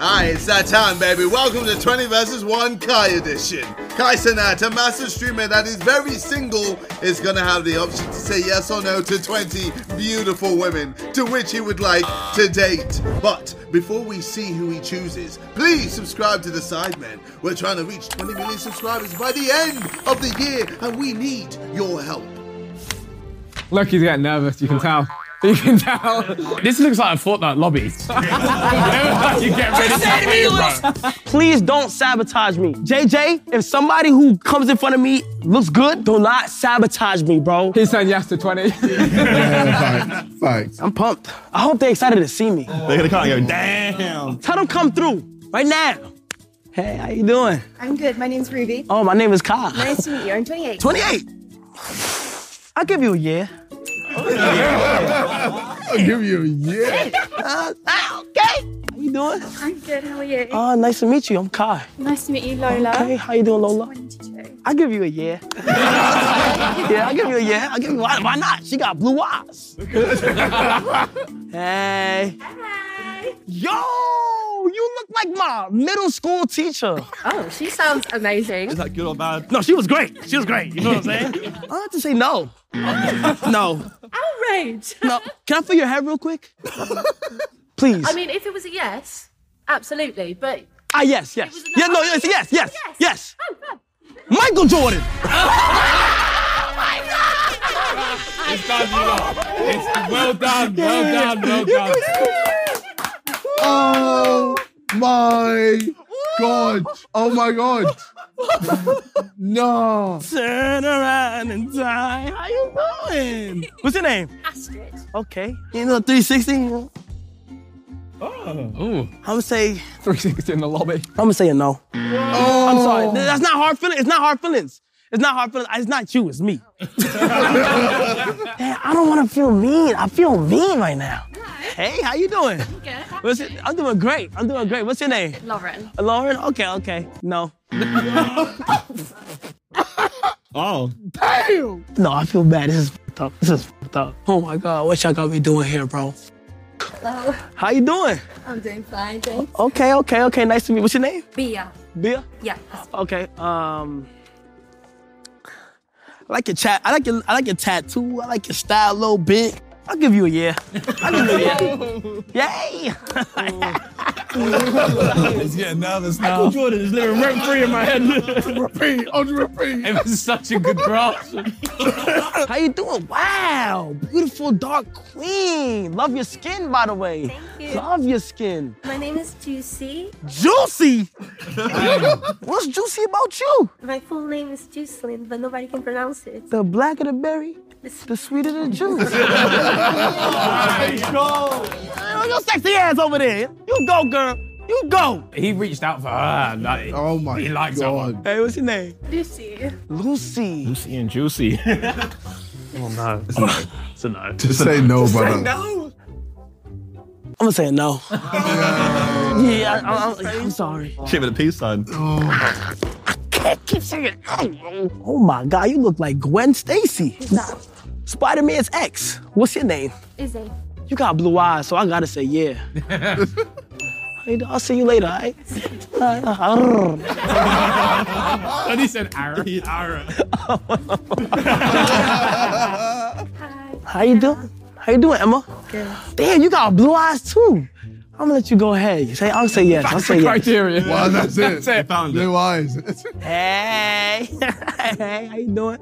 Alright, it's that time, baby. Welcome to 20 versus 1 Kai edition. Kai Sanat, a massive streamer that is very single, is gonna have the option to say yes or no to 20 beautiful women to which he would like to date. But before we see who he chooses, please subscribe to the Sidemen. We're trying to reach 20 million subscribers by the end of the year, and we need your help. Look, he's getting nervous. You can tell. You can tell. This looks like a Fortnite lobby. you get rid of that me, Please don't sabotage me. JJ, if somebody who comes in front of me looks good, do not sabotage me, bro. He's saying yes to 20. I'm pumped. I hope they're excited to see me. They're gonna come and go, damn. Tell them come through right now. Hey, how you doing? I'm good. My name's Ruby. Oh, my name is Ah. Kyle. Nice to meet you. I'm 28. 28. I'll give you a year. Give you a year. Uh, ah, okay. How you doing? I'm good. How are you? Oh, nice to meet you. I'm Kai. nice to meet you, Lola. Hey, how you doing, Lola? 22. I'll give you a year. yeah, I'll give you a year. I'll give you why, why not? She got blue eyes. hey. Hi. Yo, you look like my middle school teacher. Oh, she sounds amazing. Is that good or bad? No, she was great. She was great. You know what I'm saying? I don't have to say no. no. Outrage. No. Can I feel your head real quick? Please. I mean, if it was a yes, absolutely. But ah, yes, yes. was a Yeah, no, no. yes, yes, yes, Yes. yes. oh, oh. Michael Jordan. It's done, you lot. It's well done, well done, well done. Oh my god. Oh my god. Oh. No. Turn around and die. How you doing? What's your name? Astrid. Okay. You know, 360. You know? Ooh. I'm gonna say, 360 in the lobby. I'm gonna say a no. Oh. I'm sorry. Th- That's not hard feelings. It's not hard feelings. It's not hard feelings. It's not you. It's me. Damn, I don't want to feel mean. I feel mean right now. Hey, how you doing? Good. What's it? I'm doing great. I'm doing great. What's your name? Lauren. Lauren? Oh. Okay, okay. No. Oh. No, I feel bad. This is fucked up. This is fucked up. Oh my God, what y'all got me doing here, bro? Hello. How you doing? I'm doing fine, thanks. Okay, okay, okay. Nice to meet you. What's your name? Bia. Bia? Yeah. Okay. Um I like your chat. I like your I like your tattoo. I like your style a little bit. I'll give you a year. I'll give you a year. Yay! He's getting nervous now. Michael Jordan is living rent free in my head. Repeat, on repeat. It was such a good grasp. How you doing? Wow! Beautiful dark queen. Love your skin, by the way. Thank you. Love your skin. My name is Juicy. Juicy! What's juicy about you? My full name is Juicelyn, but nobody can pronounce it. The blacker the berry, It's the sweeter the juice. Oh, your sexy ass over there. You go, girl. You go. He reached out for her. Like, Oh my He likes that one. god. Hey, what's your name? Lucy. Lucy. Juicy and juicy. Just say no, brother. No. I'm gonna say no. yeah, I, I, I'm sorry. Shit with a peace sign. Can't keep saying no. Oh my God, you look like Gwen Stacy. Spider Man's ex. What's your name? Izzy. You got blue eyes, so I gotta say yeah. Hey, I'll see you later, all right? Uh, All right? And he said, Aaron. Hi. How you doing? How you doing, Emma? Good. Damn, you got blue eyes too. I'm gonna let you go ahead. You say, I'll say yes. I'll say yes. Criteria. Well, that's it. That's it. Found it. Blue eyes. Hey, hey, how you doing?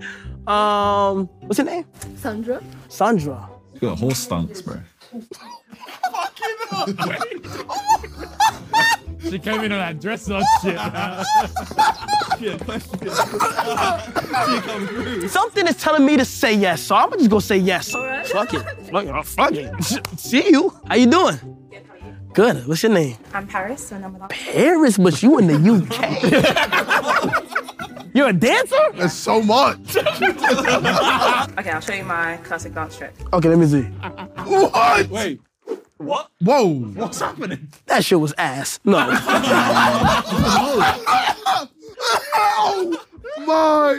Um, what's your name? Sandra. Sandra. You got horse stunts, bro. She came in on that dress on shit. man. Something is telling me to say yes, so I'm just gonna say yes. right. Fuck it. Fuck it. Fuck it. See you. How you doing? Good. What's your name? I'm Paris, and I'm an artist. Paris, but you in the UK. You're a dancer? There's so much. Okay, I'll show you my classic dance trick. Okay, let me see. What? Wait, Whoa. what's happening? That shit was ass. No. Oh my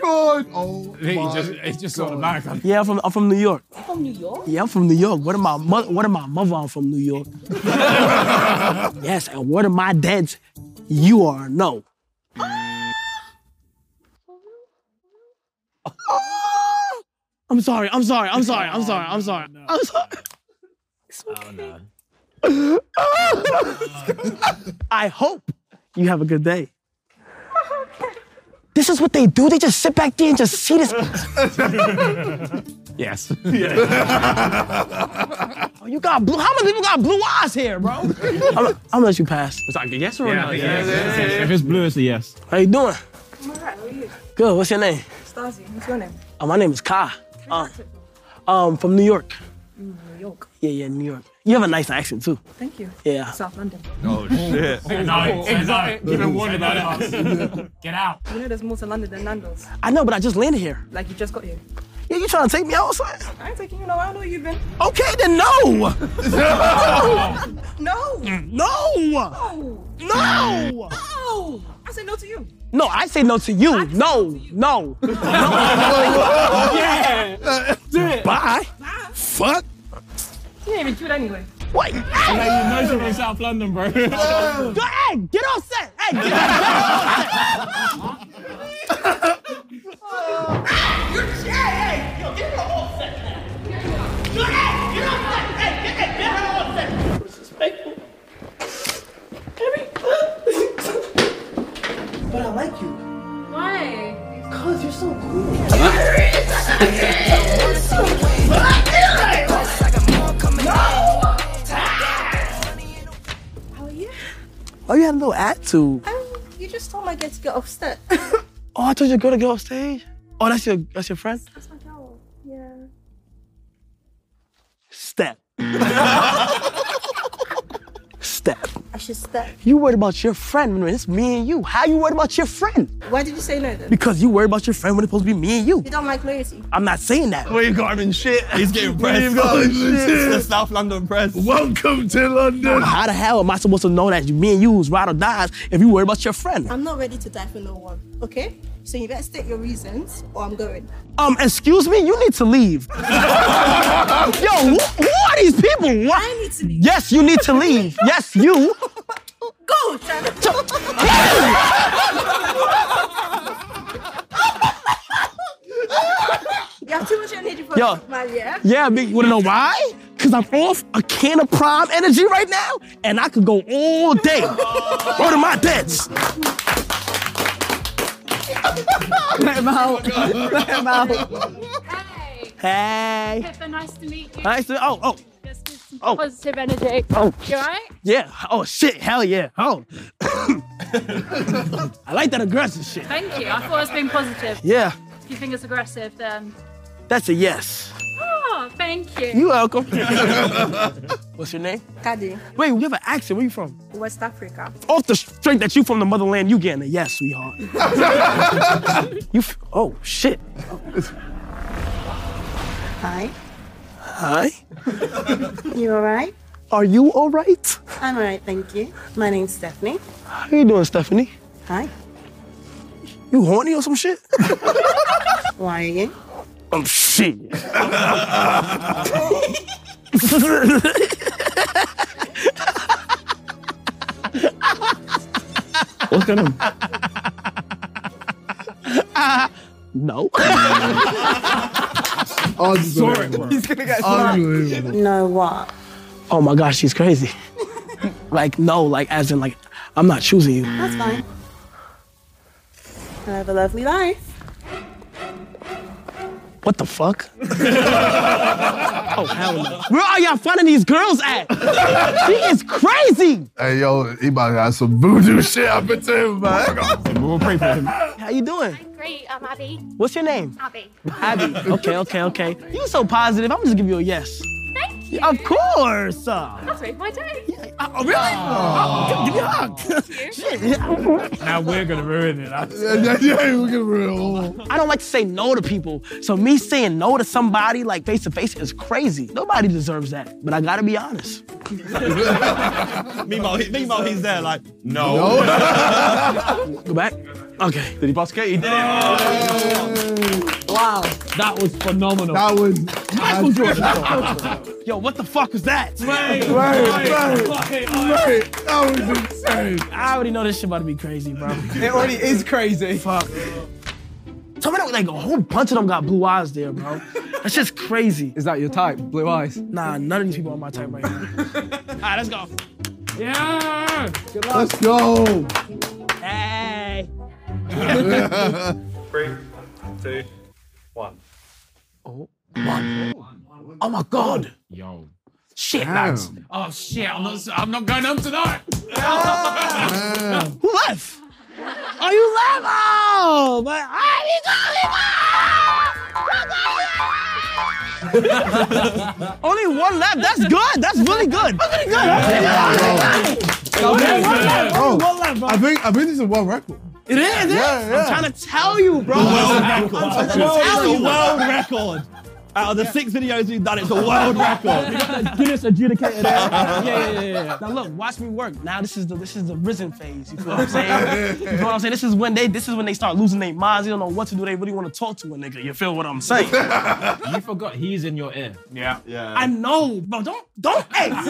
god! Oh He my just, it's just automatic. Like, Yeah, I'm from, I'm from New York. From New York? Yeah, I'm from New York. What am my mother? What am my mother? I'm from New York. yes, and what are my dads? You are no. I'm sorry. I'm sorry. I'm sorry. I'm sorry. I'm sorry. I'm sorry. It's okay. I hope you have a good day. This is what they do. They just sit back there and just see this. Yes. Oh, you got blue. How many people got blue eyes here, bro? I'm, I'm gonna let you pass. Was that a yes or a no? yeah, yeah, If it's blue, it's a yes. How you doing? I'm alright, how are you? Good. What's your name? Stasi, what's your name? Uh, my name is Kai. Uh, um, from New York. New York. Yeah, yeah, New York. You have a nice accent too. Thank you. Yeah. South London. Oh shit. no, exactly. Give him one about it. Get out. You know there's more to London than Nando's. I know, but I just landed here. Like you just got here. Yeah, you trying to take me out or something? I ain't taking you nowhere. I know you've been. Okay, then no, No! no, No! no, No! I said no to you. no. I say no to you. No, no. yeah. Bye. Fuck. You ain't even cute anyway. Wait. Hey, Hey, you know you're from South London, bro. go- hey, get off set. Hey, get off set. Why? How are you? Oh, you had a little attitude. Um, you just told my girl to get off set. Oh, I told you to go to get off stage. Oh, that's your that's your friend. That's my girl. Yeah. Step. Step. I should step. You worried about your friend when it's me and you. How you worried about your friend? Why did you say no then? Because you worried about your friend when it's supposed to be me and you. You don't like loyalty. I'm not saying that. We've got him in shit. He's getting pressed. We've got him in It's shit. the South London press. Welcome to London! How the hell am I supposed to know that me and you is ride or dies if you worry about your friend? I'm not ready to die for no one, okay? So you better state your reasons or I'm going. Um, excuse me, you need to leave. Yo, who, who are these people? What? I need to leave. Yes, you need to leave. Yes, you. Go, Shannon. you have too much energy for Yo. this man, yeah? Yeah, big. You wanna know why? Cause I'm off a can of prime energy right now, and I could go all day. What are my debts? Let him out. Let him out. Hey. Hey, Pippa, nice to meet you. Nice to. Oh, oh, Just give some Oh. positive energy. oh. You alright? Yeah. Oh shit. Hell yeah. Oh. I like that aggressive shit. Thank you. I thought I was being positive. Yeah. If you think it's aggressive, then. That's a yes. Oh, thank you. You welcome. What's your name? Caddy, Wait, you have an accent. Where you from? West Africa. Off the strength that you from the motherland, you getting a yes, sweetheart. you. F- oh shit. Hi, Hi. you alright? Are you all right? I'm alright, thank you. My name's Stephanie. How you doing, Stephanie? Hi, You horny or some shit? why are you? Um, shit. What's going on? no. Unbelievable. He's gonna get Unbelievable. No, what? oh my gosh, she's crazy. like no, like as in like I'm not choosing you. That's fine. Have a lovely life. What the fuck? oh hell no. Where are y'all finding these girls at? she is crazy. Hey yo, he might have some voodoo shit happen to him, man. Oh We'll pray for him. How you doing? Great, I'm Abby. What's your name? Abby. Abby. Okay, okay, okay. You so positive. I'm just gonna give you a yes. Thank you. Of course. Uh, That's made my day. oh, really? Oh, give, give me a hug. Shit. Now we're going to ruin it. That's yeah, yeah, yeah, we're gonna rule. I don't like to say no to people. So me saying no to somebody like face to face is crazy. Nobody deserves that. But I gotta be honest. Meanwhile, he- meanwhile, he's there like, no. Oh, Go back. Okay. Did he basket? He did it. Wow. That was phenomenal. That was. Michael Jordan. Yo, what the fuck was that? Wait, Right, wait, wait. right, right. That was insane. I already know this shit about to be crazy, bro. It already is crazy. Tell me that like a whole bunch of them got blue eyes there, bro. That's just crazy. Is that your type? Blue eyes. Nah, none of these people are my type right now. All right, let's go. Yeah. Let's go. Hey. Three, two, one. Oh my God. Yo. Shit, Max. Oh shit! I'm not. I'm not going home tonight. Who left? Oh, you left? Oh, but I Only one left. That's good. That's really good. That's really good. That's really good. Only one left. Oh. Only one left, bro. I think I think this is a world record. It is. It is. Yeah, yeah. I'm trying to tell you, bro. I'm trying to tell It's a you. world record. Out of the six videos we've done, it's a world record. We got the Guinness adjudicator there. yeah, yeah, yeah, yeah. Now look, watch me work. Now this is the this is the risen phase. You feel what I'm saying? You feel what I'm saying? This is when they this is when they start losing their minds. They don't know what to do. They really want to talk to a nigga. You feel what I'm saying? You forgot he's in your ear. Yeah. Yeah. I know, bro. Don't don't hey, bro,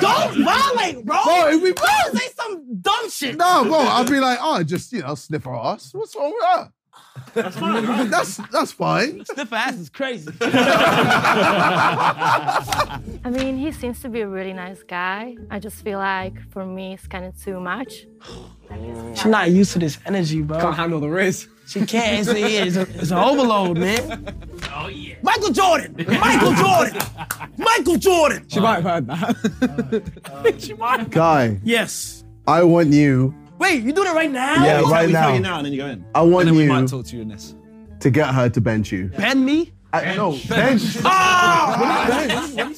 don't violate, bro. Bro, if we- bro, say some dumb shit. No, bro, I'd be like, oh, just you know, sniff her ass. What's wrong with that? That's that's fine. Sniff ass is crazy. I mean, he seems to be a really nice guy. I just feel like for me, it's kind of too much. She's not used to this energy, bro. Can't handle the riz. She can't. It's, it's, a- it's an overload, man. Oh yeah. Michael Jordan. Michael Jordan. Michael Jordan. She might have heard that. Guy, Yes. I want you. Wait, you doing it right now? Yeah, right we tell you now. now, and then you go in. I want And then we might you talk to you in this. to get her to bench you. Pen me? I, no, bench. Oh,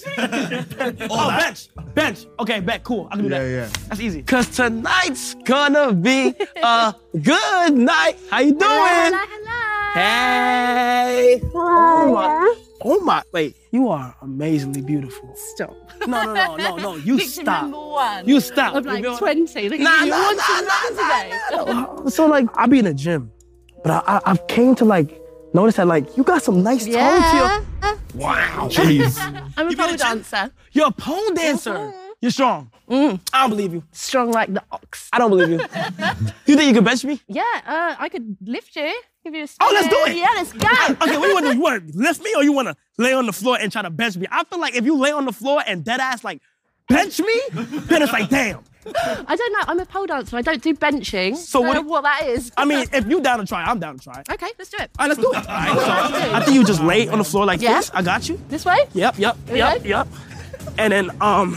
Ah! bench. Bench. Okay, bet. Cool. I can do Yeah, that. yeah. That's easy. Cause tonight's gonna be a good night. How you doing? Hello, hello. Hey. Oh my. Oh my. Wait, you are amazingly beautiful. Stop. No, no, no, no, no. You stop. one. You stop. Of You like feel what- 20. Look at Nah, you. nah, You're nah, watching nah, that today. So like, I be in the gym, but I, I I've came to like notice that like you got some nice tone to your. Yeah. Jeez. I'm a been pole a gym- dancer. You're a pole dancer. You're strong. I don't believe you. Mm-hmm. Mm. Strong like the ox. I don't believe you. you think you can bench me? Yeah, uh, I could lift you. Give you a Oh, let's do it. Yeah, let's go. Okay, what do you want to do? You want to lift me or you want to lay on the floor and try to bench me? I feel like if you lay on the floor and dead ass like bench me, then it's like damn. I don't know. I'm a pole dancer. I don't do benching. So So what- what? what that is? I mean, if you down to try, I'm down to try. okay, let's do it. All right, let's do it. All right, so I Alright. think you just lay on the floor like Yeah. this. I got you. This way. Yep, yep, yep, Okay. yep. And then um,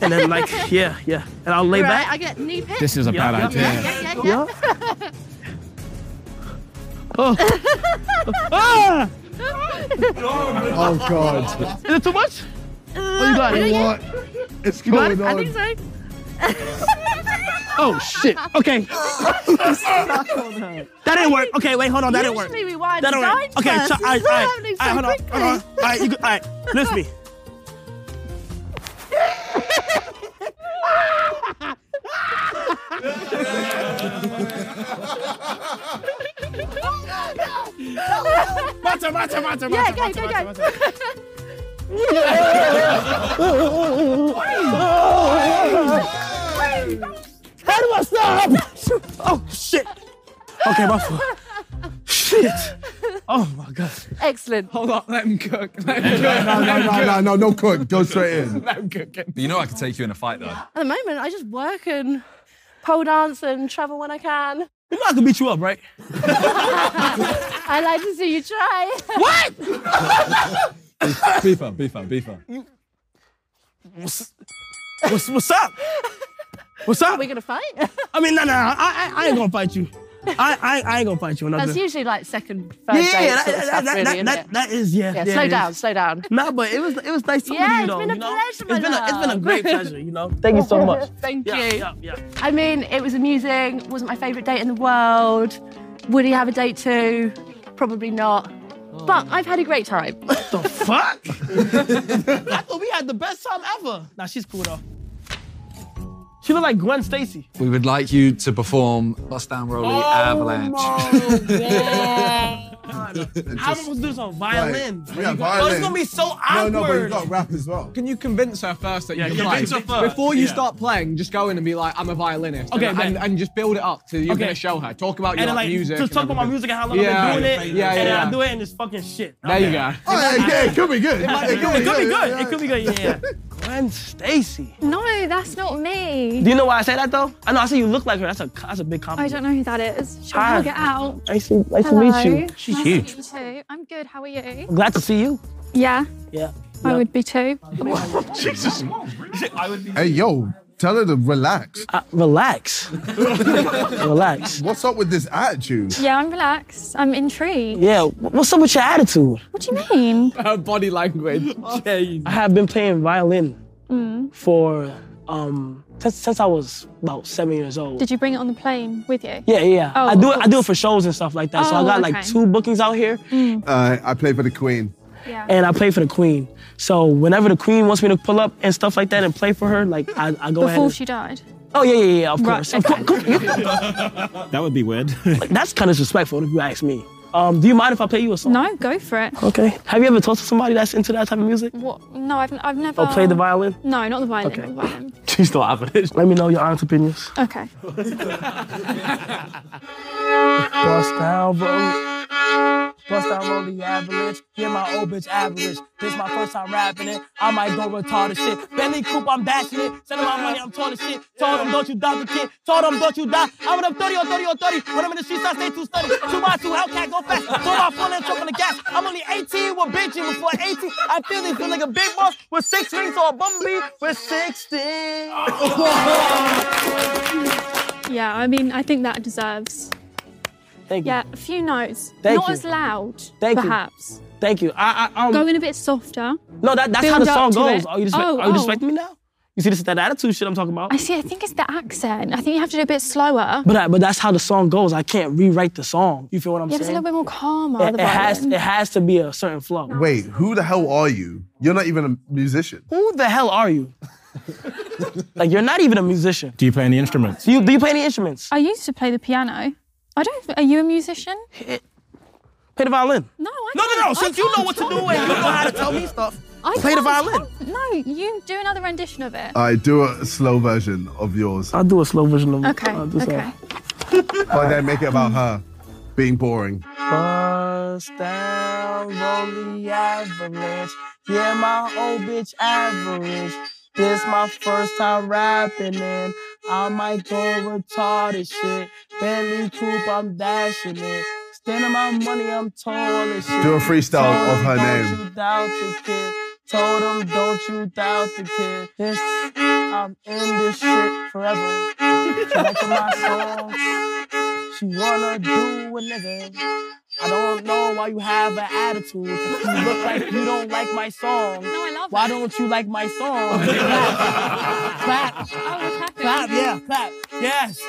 and then like yeah, yeah. And I'll lay Right. back. I get knee pit. This is a Yeah, bad yeah, idea. yeah, yeah, yeah, yeah. Yeah. oh. ah! Oh God. Is it too much? Oh, you got it. What is got going I on? think so. Oh shit. Okay. that didn't work. Okay, wait, hold on. That didn't work. Usually we wind That didn't down work. Okay, first. so This I, is all I, happening so I, hold on, quickly. hold on. All right, you, go- all right, lift me. My turn, my turn, my turn, my Yeah, turn, my go, turn, go, my turn, go. my turn. How do I stop? oh shit. Okay, my fault. Shit. Oh my god. Excellent. Hold on, let him cook. Let him cook. No, no, no, no, no, no cook. Go straight in. Let him cook it. You know I could take you in a fight though. At the moment, I just work and pole dance and travel when I can. You know I can beat you up, right? I like to see you try. What? Beef up, beef up, beef up. What's, what's, what's up? What's up? We're gonna fight. I mean, no, no, I, I, I ain't gonna fight you. I, I, I ain't gonna fight you. I'm not That's gonna- usually like second, third yeah, date yeah, sort of that, that, stuff, that, really, that, isn't it? that, that is, yeah. Yeah, yeah, slow it down, is. slow down. Nah, but it was, it was nice talking Yeah, to you, it's though. been a you know? pleasure, my it's been a, it's been a love. great pleasure, you know. Thank you so much. Thank Yeah, you. yeah, yeah. I mean, it was amusing. Wasn't my favourite date in the world. Would he have a date too? Probably not. But I've had a great time. The fuck? I thought we had the best time ever. Nah, she's cool though. She looked like Gwen Stacy. We would like you to perform Bust Down Rolly Oh, Avalanche. I'm supposed to do this on violin. Right. Yeah, Oh, it's violin. gonna be so No, awkward. no, but you gotta rap as well. Can you convince her first that Yeah, you can convince play? her first, Before you yeah. start playing, just go in and be like, "I'm a violinist." Okay, and, and, and just build it up to you're Okay. gonna show her. Talk about and your then, like, music. Just talk about my everything. music and how long yeah. I've been doing it. Yeah, yeah. and then yeah. I do it and it's fucking shit. There you go. Oh, yeah, yeah, it could be good. It, might- it Yeah, could be yeah, good. yeah, It could be good. Yeah. yeah. Gwen Stacy. No, that's not me. Do you know why I say that though? I know I say you look like her. That's a that's a big I compliment. don't know who that is. Shall Hi. we get out? Nice to, Ah. nice to meet Hello. you. She's Nice to huge. meet you too. I'm good. How are you? Glad to see you. Yeah, Yeah. I would be too. Jesus. I would be. Hey, yo, tell her to relax. Uh, relax. relax. What's up with this attitude? Yeah, I'm relaxed. I'm intrigued. Yeah. wh- What's up with your attitude? What do you mean? Her body language. I have been playing violin Mm. for um since, since I was about seven years old. Did you bring it on the plane with you? Yeah, yeah. yeah. Oh, I do it. of I do it course. for shows and stuff like that. so I Oh, got like okay. two bookings out here, Mm. Uh, I play for the Queen. Yeah. and I play for the Queen. So whenever the Queen wants me to pull up and stuff like that and play for her, like I, I go ahead. Before and- she died. oh yeah, yeah, yeah, yeah. Of Right, course. Of course. That would be weird. Like, that's kind of disrespectful if you ask me. Um, do you mind if I play you a song? No, go for it. Okay. Have you ever talked to somebody that's into that type of music? What? No, I've, I've never. Or Oh, play the violin? No, not the violin. Okay. not the violin. She's not having it. Let me know your honest opinions. Okay. Bust down, roll. Bust down, roll the avalanche. Get my old bitch average. This my first time rapping it. I might go retarded shit. Bentley Coop, I'm bashing it. Send him my money, I'm tall as shit. Told him, don't you doubt the kid. Told him, don't you die. I went up 30 or 30 or 30. When I'm in the streets, I stay too steady. Two by two, Hellcat, go fast. Throw my phone and choke on the gas. I'm only 18 with bitching before 18. I feel this, feel like a big boss with six rings or a bumblebee with 16. Yeah, I mean, I think that deserves. Thank Yeah, a few notes. Thank Not you. as loud, Thank you. perhaps. Thank you. I, I, um, Go in a bit softer. No, that, that's how the Build song up to goes. it. Are you, dispe- Oh, are you oh. disrespecting me now? You see, this is that attitude shit I'm talking about. I see. I think it's the accent. I think you have to do a bit slower. But I, but that's how the song goes. I can't rewrite the song. You feel what I'm yeah, it's a saying? little bit more calmer. it, the it has violin. it has to be a certain flow. Wait, who the hell are you? You're not even a musician. Who the hell are you? like you're not even a musician. Do you play any instruments? Do you, do you play any instruments? I used to play the piano. I don't. Are you a musician? Play the violin. No, I No, no, no. can't- I Since you know can't what to talk. do and you know how to tell me stuff, I play the can't violin. talk. No, you do another rendition of it. All right, do a slow version of yours. I'll do a slow version of Okay. I'll do so. okay. But then make it about her being boring. Bust down, roll the avalanche. Yeah, my old bitch average. This my first time rapping and I might go retarded shit. Bentley coupe, I'm dashing it. Standing my money, I'm tall as shit. Do a freestyle Told of her 'em, name. Don't you doubt the kid. Told him, don't you doubt the kid. This, I'm in this shit forever. She liking my songs. She wanna do a nigga. I don't know why you have an attitude. You look like you don't like my song. No, I love Why don't you like my song? Oh, clap, clap, clap, yeah, clap, yes.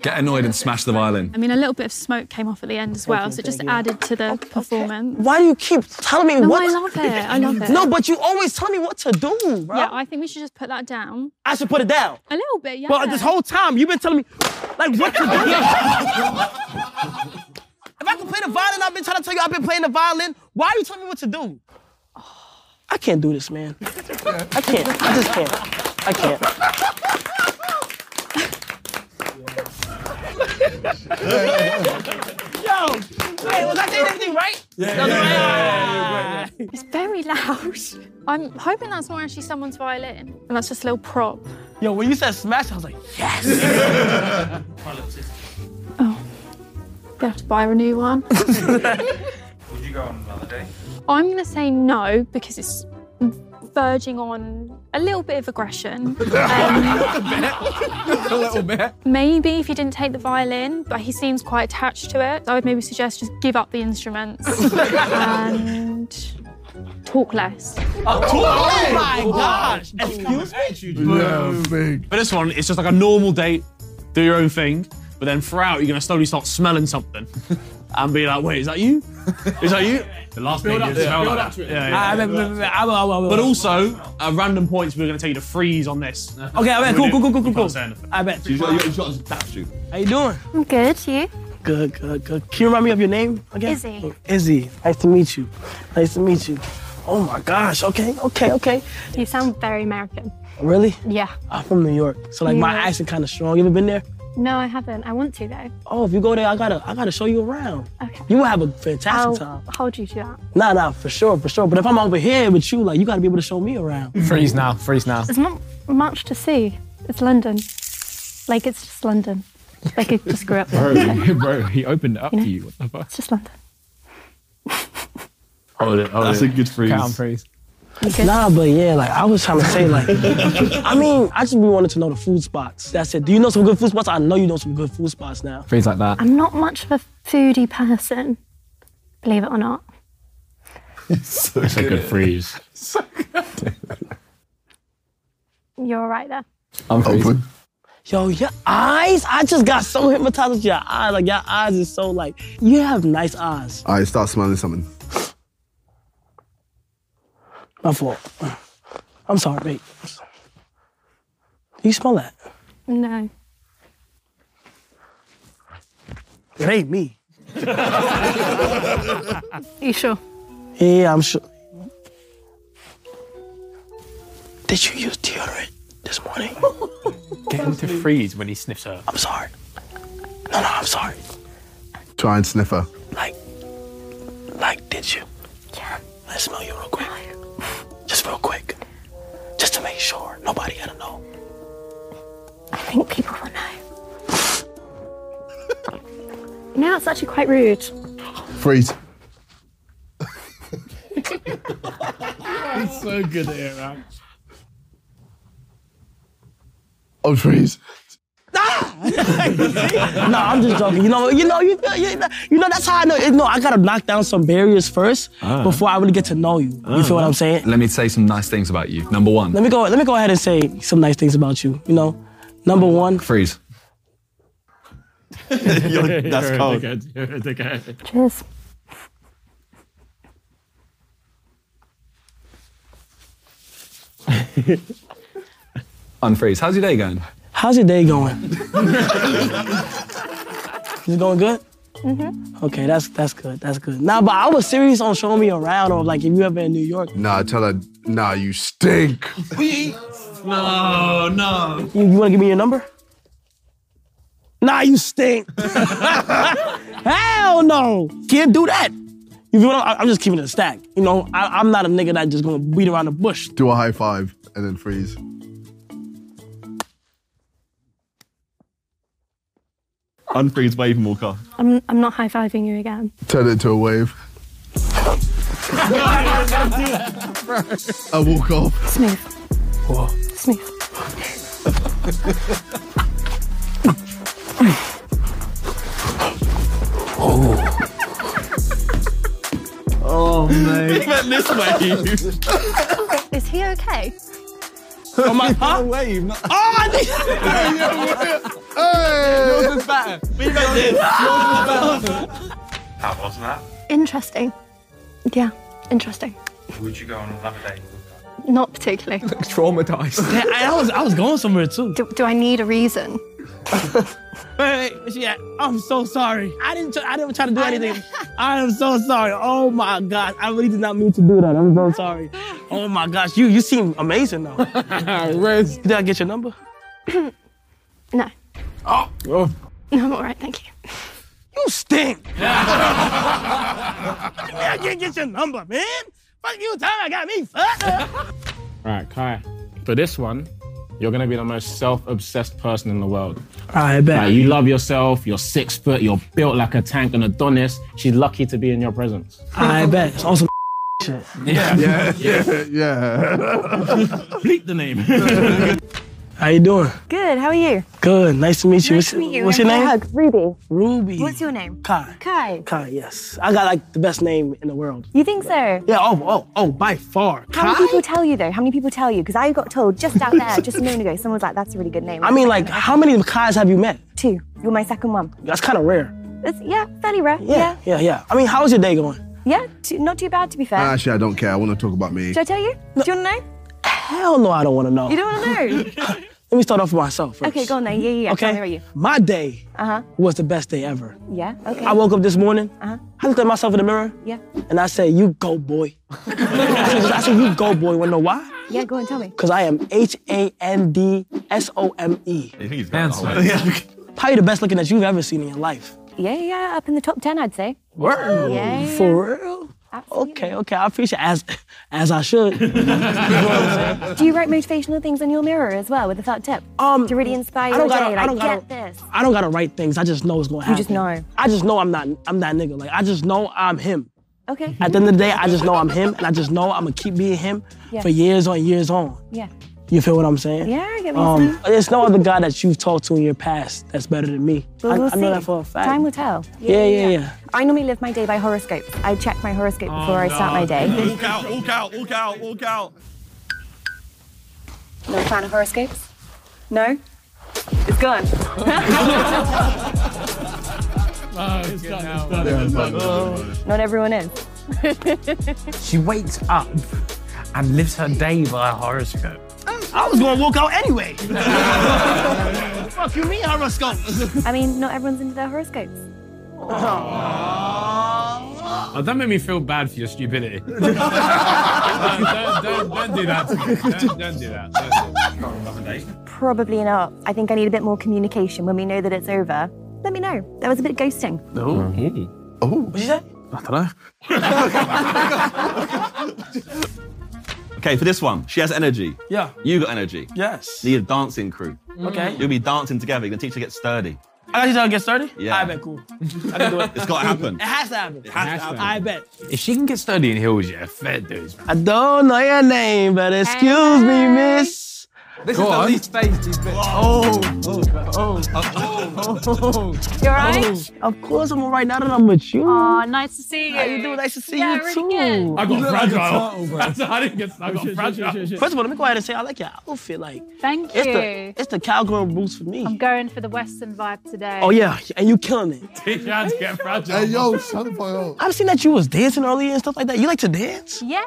Get annoyed and smash the violin. I mean, a little bit of smoke came off at the end as well, so it just added to the performance. Why do you keep telling me No, what? I love it. I love it. No, but you always tell me what to do, bro. Yeah, I think we should just put that down. I should put it down. A little bit, yeah. Well, this whole time you've been telling me, like, what to do. if I can play the violin, I've been trying to tell you I've been playing the violin. Why are you telling me what to do? I can't do this, man. I can't. I just can't. I can't. Yo, wait, was I saying everything right? It's very loud. I'm hoping that's not actually someone's violin, and that's just a little prop. Yo, when you said smash, I was like, yes. You Oh. have to buy a new one. Would you go on another day? I'm gonna say no because it's verging on a little bit of aggression. a little bit. Maybe if he didn't take the violin, but he seems quite attached to it. I would maybe suggest just give up the instruments and talk less. oh my gosh. Excuse me? But this one, it's just like a normal date. Do your own thing. But then throughout, you're going to slowly start smelling something. and be like, wait, is that you? Is that you? The last Build thing up you to it, smell build like up that. to it. Yeah, I yeah. remember- ah, But also, at random points, we're going to tell you to freeze on this. Okay, I bet. Cool, cool, cool, cool, cool, cool. I bet. She's got, she's got that's true. How you doing? I'm good. You? Good, good, good. Can you remind me of your name again? Izzy. Oh, Izzy. Nice to meet you. Nice to meet you. Oh my gosh. Okay, okay, okay. You sound very American. Really? Yeah. I'm from New York, so like my Yeah. accent kind of strong. You ever been there? No, I haven't. I want to though. Oh, if you go there, I gotta, I gotta show you around. Okay. You will have a fantastic I'll time. hold you to that. Nah, nah, for sure, for sure. But if I'm over here with you, like you gotta be able to show me around. Freeze now, freeze Ah. now. There's not much to see. It's London. Like it's just London. They could just grow up there. you know? bro, he opened it up You know? to you. What the fuck? It's just London. Hold it, hold That's it. a good freeze. Calm freeze. Nah, but yeah, like I was trying to say, like, I mean, I just really wanted to know the food spots. That's it. Do you know some good food spots? I know you know some good food spots now. Freeze like that. I'm not much of a foodie person, believe it or not. That's a good freeze. You're all right there. I'm open. Yo, your eyes! I just got so hypnotized with your eyes. Like your eyes is so like you have nice eyes. All right, start smelling something. My fault. I'm sorry, babe. You smell that? No. It ain't me. you sure? Yeah, I'm sure. Did you use deodorant this morning? Get him to freeze when he sniffs her. I'm sorry. No, no, I'm sorry. Try and sniff her. Like, did you? Yeah. Let's smell you real quick. Just real quick. Just to make sure nobody gotta know. I think people will know. you know, it's actually quite rude. Freeze. He's so good at it, man. Oh, freeze. no, I'm just joking. You know, you know, you, feel- you, know- you know, that's how I know. You know, I gotta knock down some barriers first Ah. before I really get to know you. You feel what I'm saying? Let me say some nice things about you. Number one, Let me go. Let me go ahead and say some nice things about you. You know, number one, freeze. that's cold. Cheers. Unfreeze. How's your day going? how's your day going? Is it going good? Mm-hmm. Okay, that's that's good. That's good. Nah, but I was serious on showing me around or like if you ever in New York. Nah, tell her, nah, you stink. No, no. You, you wanna give me your number? Nah, you stink. Hell no. Can't do that. You feel what I'm, I'm just keeping it a stack. You know, I, I'm not a nigga that just gonna beat around the bush. Do a high five and then freeze. Unfreeze, wave and walk off. I'm, I'm not high fiving you again. Turn it into a wave. I walk off. Smooth. Whoa. Smooth. Oh, mate. He went this way. Is he okay? Oh, my huh? wave. Not- oh, I think. hey! Yours is better. We went this. Yours is better. That wasn't that. Interesting. Yeah, interesting. Would you go on another date? Not particularly. Traumatized. Yeah, I, I was I was going somewhere too. Do, do I need a reason? Wait, wait, wait, she- I'm so sorry. I didn't. Try, I didn't try to do anything. I am so sorry. Oh my gosh, I really did not mean to do that. I'm so sorry. Oh my gosh, you you seem amazing though. Did I get your number? No. Oh, oh. No, I'm all right, thank you. you stink. I can't get your number, man. Fuck you, time I got me fucked. up. All right, Kai. For this one, you're gonna be the most self-obsessed person in the world. I bet. Like, you love yourself. You're six foot. You're built like a tank, and Adonis. She's lucky to be in your presence. I bet. It's also shit. Yeah. Yeah, yeah, yeah. Bleep the name. How you doing? Good. How are you? Good. Nice to meet you. Nice what's to meet you. what's your Give me a name? Hug. Ruby. Ruby. What's your name? Kai. Kai. Kai. Yes, I got like the best name in the world. You think so? Yeah. Oh. Oh. Oh. By far. How many people tell you though? How many people tell you? Because I got told just out there, just a moment ago, someone was like, "That's a really good name." I mean, like, how many Kai's have you met? two. You're my second one. That's kind of rare. It's, yeah, fairly rare. Yeah. Yeah, yeah. I mean, how's your day going? Yeah, too, not too bad to be fair. Ah, Actually, I don't care. I want to talk about me. Should I tell you? Do you want to know? Hell no, I don't want to know. You don't want to know? Let me start off with myself. First. okay, go on then. Yeah, yeah, yeah. Okay. Where are you? My day Uh huh. was the best day ever. Yeah. Okay. I woke up this morning. Uh-huh. I looked at myself in the mirror. Yeah. And I said, "You go, boy." I said- I said, "You go, boy." Want to know why? Yeah. Go and tell me. Cause I am H A N D S O M E. You think he's Probably the best looking that you've ever seen in your life. Yeah, yeah. Up in the top ten, I'd say. Word. Yeah. For real. Okay, okay. I appreciate as as I should. You know what I'm saying? Do you write motivational things on your mirror as well with a thought tip? Um, to really inspire I your don't day, gotta- I like don't get gotta- this. I don't gotta write things. I just know it's gonna happen. just know. I just know I'm not. I'm that nigga. Like I just know I'm him. Okay. At the end of the day, I just know I'm him, and I just know I'm gonna keep being him Yeah. for years on years on. Yeah. You feel what I'm saying? Yeah, I get what you're Um, there's no other guy that you've talked to in your past that's better than me. Well, I, we'll I know see. that for a fact. Time will tell. Yeah, yeah, yeah. I normally live my day by horoscope. I check my horoscope before I start my day. Walk out, walk out, walk out, walk out. Not a fan of horoscopes? No? It's gone. Uh, Not everyone is. She wakes up and lives her day by horoscope. I was gonna walk out anyway. Fuck you, mean horoscopes? I mean, not everyone's into their horoscopes. Oh, that made me feel bad for your stupidity. don't, don't- don't- don't do that to me. Don't, don't do that. Don't do that. Probably not. I think I need a bit more communication when we know that it's over. Let me know. There was a bit of ghosting. Oh. Oh. What'd you say? I don't know. Okay, for this one, she has energy. Yeah. You got energy. Yes. Need a dancing crew. Okay. You'll be dancing together. You're gonna teach her to get sturdy. I got you to get started? Yeah. I bet, cool. I can do it. It's gotta happen. It has to happen. It has to happen. I bet. If she can get sturdy in heels, yeah, fair dues. I don't know your name, but excuse me, miss. This Go is the on. least staged bit. Oh, oh, oh, oh, oh. You all right? Of course, I'm all right now that I'm with you. Aw, nice to see you. How you doing? Nice to see yeah, you really too. Good. I got You look like a turtle, fragile. bro. That's- I didn't get Oh, I got fragile. First of all, let me go ahead and say I like your outfit. Like, Thank it's you. the it's the cowgirl boots for me. I'm going for the Western vibe today. Oh yeah, and you killing it. Teach her how to get fragile. Hey, yo, son of I've seen that you was dancing earlier and stuff like that. You like to dance? Yeah.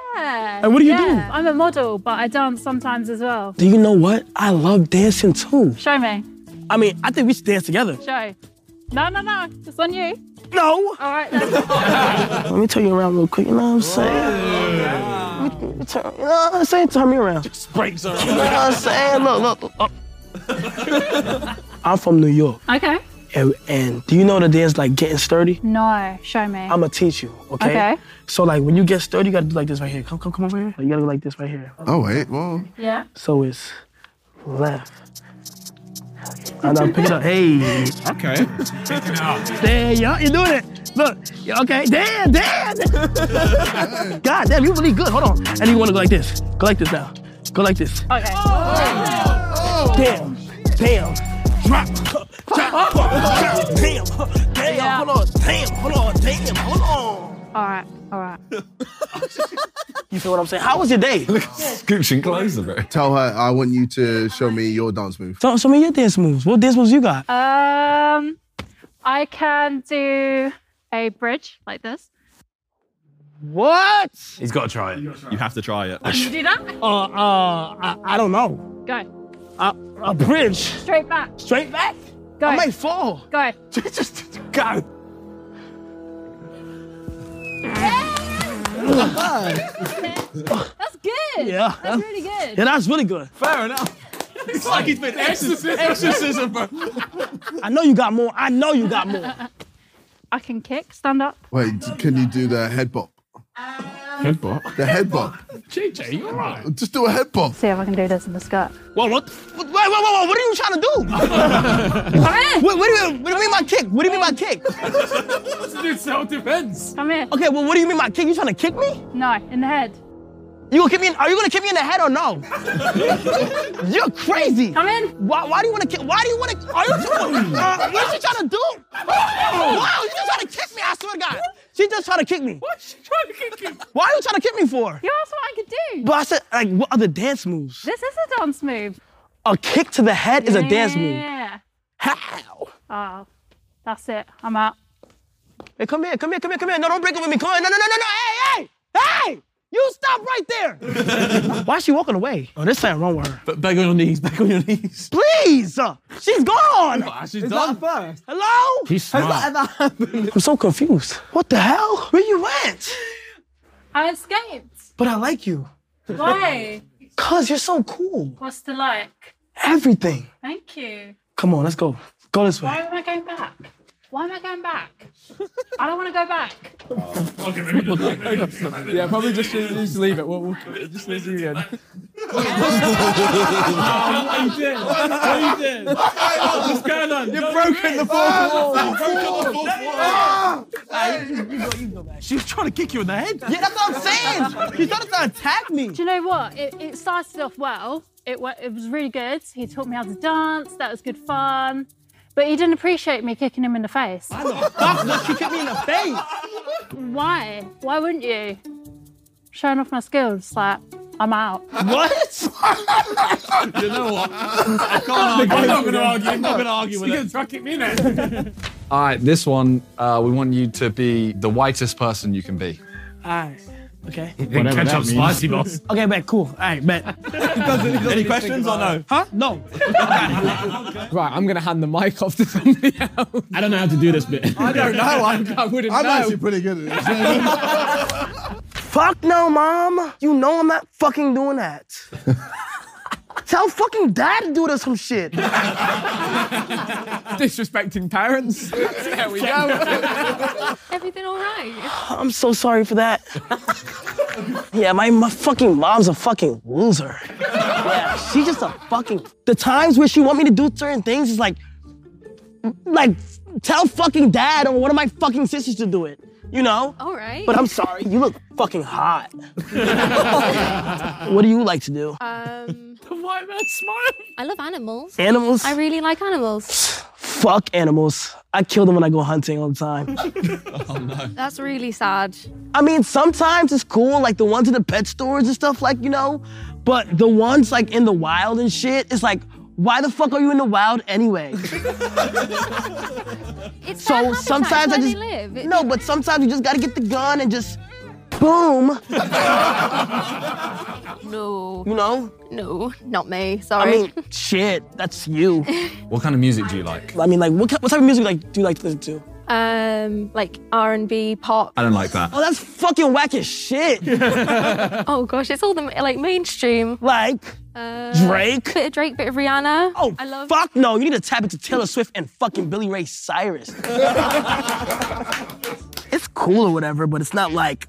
And what do you yeah. do? I'm a model, but I dance sometimes as well. Do you know what? I love dancing too. Show me. I mean, I think we should dance together. Show. No, no, no. It's on you. No. All right. Then. Let me turn you around real quick. You know what I'm saying? Let me- let me turn- You know what I'm saying? Turn me around. Just breaks her. You know what I'm saying? Look, look, look. look. I'm from New York, okay. and, and do you know the dance like getting sturdy? No. Show me. I'ma teach you, okay? Okay. So like when you get sturdy, you gotta do like this right here. Come, come, come over here. You gotta go like this right here. Oh, wait, whoa. Yeah. So it's left. And I'm picking up. Hey. Okay. There, y'all, you're doing it. Look, yeah, okay, there, there. there. God damn, you really good. Hold on. And you want to go like this. Go like this now. Go like this. Oh, Okay. Damn, damn. Drop. Drop. Drop. Damn. Damn. Hold on. Damn. Hold on. Damn. Hold on. All right. All right. You feel what I'm saying? How was your day? Scooching close a bit. Tell her I want you to show me your dance move. So, show me your dance moves. What dance moves you got? Um, I can do a bridge like this. What? He's gotta try it. You have to try it. Can you do that? Uh, uh, I, I don't know. Go. A, a bridge. Straight back. Straight back? Go. I might fall. Go. Just go. That's good. Yeah. That's really good. Yeah, that's really good. Fair enough. It's like he's been exorcism, exorcism, bro. I know you got more. I know you got more. I can kick. Stand up. Wait, d- can you do the head bop? Head bop? The head bop. JJ, you're right. Just do a head bop. See if I can do this in the skirt. Whoa, what? Wait, wait, wait, wait. What are you trying to do? what, what, do you, what do you mean by kick? What do you mean by kick? Dude, self defense. Come here. Okay, well, what do you mean by kick? You trying to kick me? No, in the head. You gonna kick me? In, are you gonna kick me in the head or no? You're crazy. Come in. Why, why do you want to kick? Why do you want to? Are you trying? Uh, what is she trying to do? Wow, you just trying to kick me? I swear to God, she just trying to kick me. What's she trying to kick you? Why are you trying to kick me for? You asked what I could do. But I said, like, what other dance moves? This is a dance move. A kick to the head is a dance move. Yeah. How? Ah, Oh, that's it. I'm out. Hey, come here, come here, come here, come here. No, don't break it with me. Come on. No, no, no, no, no. Hey, hey, hey! You stop right there. Why is she walking away? Oh, this ain't wrong with her. But back on your knees, back on your knees. Please! uh, She's gone! she's Is done. first? Hello? She's Has that smart. ever happened? I'm so confused. What the hell? Where you went? I escaped. But I like you. Why? Cuz you're so cool. What's the like? Everything. Thank you. Come on, let's go. Go this Why way. am I going back? Why am I going back? I don't want to go back. yeah, probably just, just leave it. We'll, we'll, just leave it in. Oh, what you did? What you did? What's going on? You've broken the fourth wall. You've broken the fourth wall. She was trying to kick you in the head. Yeah, that's what I'm saying. She started to attack me. Do you know what? It, it started off well. It, wa- it was really good. He taught me how to dance. That was good fun. But he didn't appreciate me kicking him in the face. Why the fuck would she kick me in the face? Why? Why wouldn't you? Showing off my skills, like, I'm out. What? you know what? I can't I'm argue. not going to argue. I'm not gonna argue with You're it. going to try kick me now. All right, this one, uh, we want you to be the whitest person you can be. Alright. Okay. Whatever Ketchup that means. spicy, boss. Okay, bet. Cool. All right, bet. Any questions or no? Huh? No. Right, I'm going to hand the mic off to somebody else. I don't know how to do this bit. I don't know. I, wouldn't I'm know. actually pretty good at Fuck no, mom. You know I'm not fucking doing that. Tell fucking dad to do this some shit. Disrespecting parents. there we go. Everything all right? I'm so sorry for that. yeah, my, my fucking mom's a fucking loser. yeah, she just a fucking. The times where she want me to do certain things is like, like, tell fucking dad or one of my fucking sisters to do it. You know? All right. But I'm sorry, you look fucking hot. what do you like to do? Um, the white man smile. I love animals. Animals? I really like animals. Fuck animals. I kill them when I go hunting all the time. That's really sad. I mean, sometimes it's cool, like the ones in the pet stores and stuff, like, you know, but the ones like in the wild and shit, it's like, why the fuck are you in the wild anyway? It's so their habitat, sometimes it's I where just. they live. It- No, but sometimes you just gotta get the gun and just boom. No. You know? No, not me. I Sorry. mean, shit, that's you. What kind of music do you like? I mean, like, what, ki- what type of music like do you like to listen to? um, like R and B, pop. I don't like that. Oh, that's fucking whack as shit. oh gosh, it's all the like mainstream. Like uh, Drake? bit of Drake, bit of Rihanna. Oh, I love. fuck no, you need to tap into Taylor Swift and fucking Billy Ray Cyrus. it's cool or whatever, but it's not like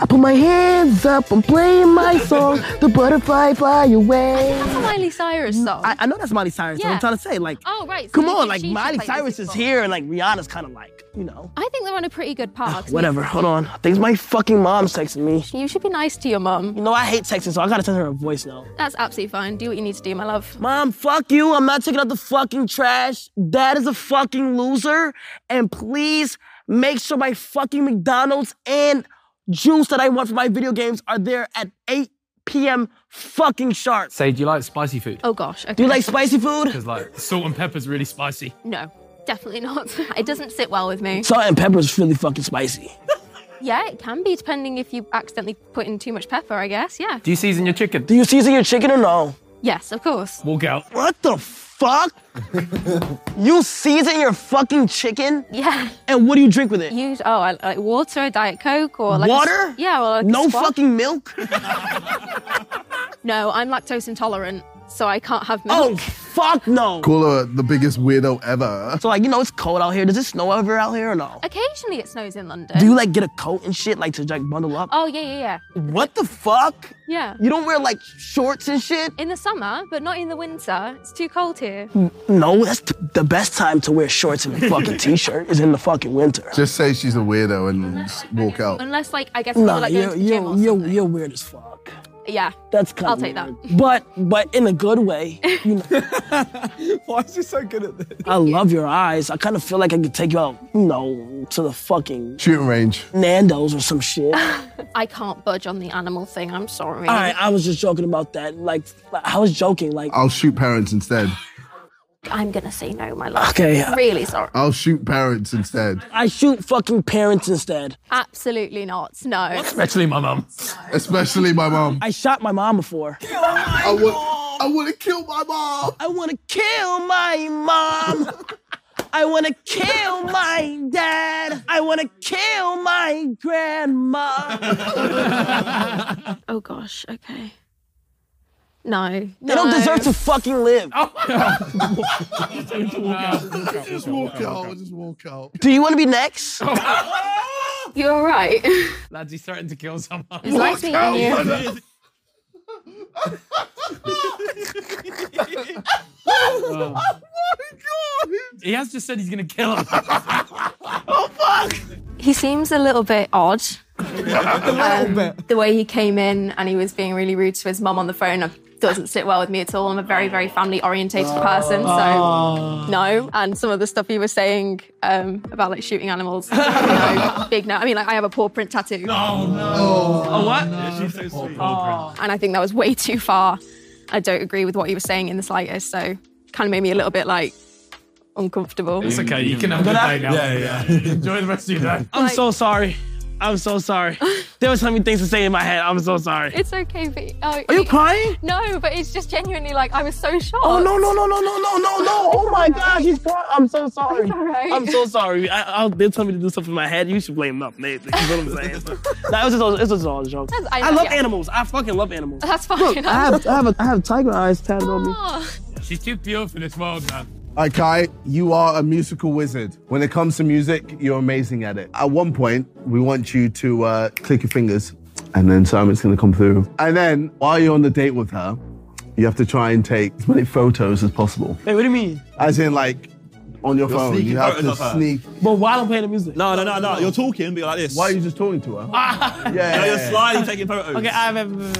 I put my hands up, I'm playing my song, The Butterfly Fly Away. That's a Miley Cyrus song. I, I know that's Miley Cyrus. Yeah. I'm trying to say, like, Oh right. so come you on, think like she should Miley play Cyrus music is for- here, and like Rihanna's kind of like, you know, I think they're on a pretty good path. whatever. Hold on, I think my fucking mom's texting me. You should be nice to your mum. You know, I hate texting, so I gotta send her a voice note. That's absolutely fine. Do what you need to do, my love. Mom, fuck you. I'm not taking out the fucking trash. Dad is a fucking loser. And please make sure my fucking McDonald's and juice that I want for my video games are there at 8 p.m. fucking sharp. Say, do you like spicy food? Oh gosh. Okay. Do you like spicy food? Because like salt and pepper's really spicy. No, definitely not. It doesn't sit well with me. Salt and pepper is really fucking spicy. Yeah, it can be depending if you accidentally put in too much pepper. I guess. Yeah. Do you season your chicken? Do you season your chicken or no? Yes, of course. Walk out. What the fuck? you season your fucking chicken? Yeah. And what do you drink with it? Use oh, I, like water, diet coke, or like a s- Water? yeah, or like a no squash. fucking milk? No, I'm lactose intolerant, so I can't have Oh, milk. fuck no. Cooler, the biggest weirdo ever. So, like, you know, it's cold out here. Does it snow ever out here or no? Occasionally, it snows in London. Do you like get a coat and shit, like to like bundle up? Oh yeah, yeah, yeah, What the fuck? yeah. You don't wear like shorts and shit? In the summer, but not in the winter. It's too cold here. No, that's t- the best time to wear shorts and a fucking t-shirt is in the fucking winter. Just say she's a weirdo and s- walk out. Unless, like, I guess people Nah, like going you're, to the gym. you're, you're, you're weird as fuck. Yeah, That's kind I'll of take that. But but in a good way. You know, Why is he so good at this? I love your eyes. I kind of feel like I could take you out, you know, to the fucking shooting range, Nando's or some shit. All I can't budge on the animal thing. I'm sorry. right, I was just joking about that. Like I was joking. Like I'll shoot parents instead. I'm gonna say no, my love. Okay. Really sorry. I'll shoot parents instead. I shoot fucking parents instead. Absolutely not. No. Especially my mum. Especially my mum. I shot my mom before. I want, I want to kill my mom. I want to kill my mom. I want to kill my dad. I want to kill my grandma. Oh gosh. Okay. No. They They don't deserve to fucking live. Oh. Just walk out. Just walk out. Do you want to be next? You're all right. Lads, he's threatened to kill someone. It's like me and you. Oh. He has just said he's gonna kill him. He seems a little bit odd. Um, little The way he came in and he was being really rude to his mum on the phone uh, doesn't sit well with me at all. I'm a very, very family orientated person, so Oh. no. And some of the stuff he was saying um, about like shooting animals, no, big no. I mean, like I have a paw print tattoo. No, no. Oh, what? she's so sweet. And I think that was way too far. I don't agree with what he was saying in the slightest, so kind of made me a little bit like uncomfortable. It's okay. You can have a good But I- day now. Yeah, Enjoy the rest of your day. I'm so sorry. I'm so sorry. There was so many things to say in my head. I'm so sorry. It's okay, but oh, Are you crying? No, but it's just genuinely like I was so shocked. Oh no no no no no no no no! Oh my God, he's crying. I'm so sorry. It's all right. I'm so sorry. I, I, they told me to do something in my head. You should blame them. They, you know what I'm saying? that was just all, it's just all a joke. That's- I I, know, love yeah. animals. I fucking love animals. That's fine. Oh. Look, I have I have a, I have tiger eyes tatted on me. She's too pure for this world, man. All right, Kai, you are a musical wizard. When it comes to music, you're amazing at it. At one point, we want you to uh, click your fingers, and then Simon's gonna come through. And then, while you're on the date with her, you have to try and take as many photos as possible. Wait, what do you mean? As in, like, on your You're phone, sneaking you have to photos of her. sneak. But while I'm playing the music. Ah, No, no, no, no, you're talking, be like this. Why are you just talking to her? yeah. you're sliding, taking photos. Okay, I remember.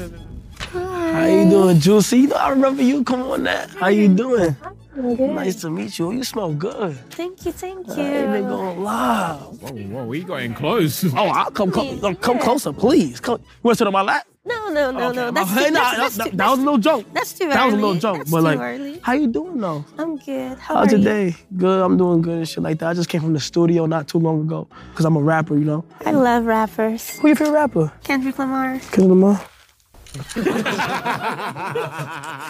How you doing, Juicy? You know, I remember you. Come on, now. How you doing? Nice to meet you. You smell good. Thank you, thank you. I ain't been going live. Whoa, whoa, Oh, we got in close. Oh, I'll come, come, come, come closer, please. Come. You want to sit on my lap? No, no, no, no. That's, Hey, too, nah, that's, that- that's, that, too, that was a little joke. that's too early. That was a little joke, That's but too like, early. how you doing though? I'm good. How How's are your you? day? Good. I'm doing good and shit like that. I just came from the studio not too long ago because I'm a rapper, you know. I love rappers. Who your favorite rapper? Kendrick Lamar. Kendrick Lamar.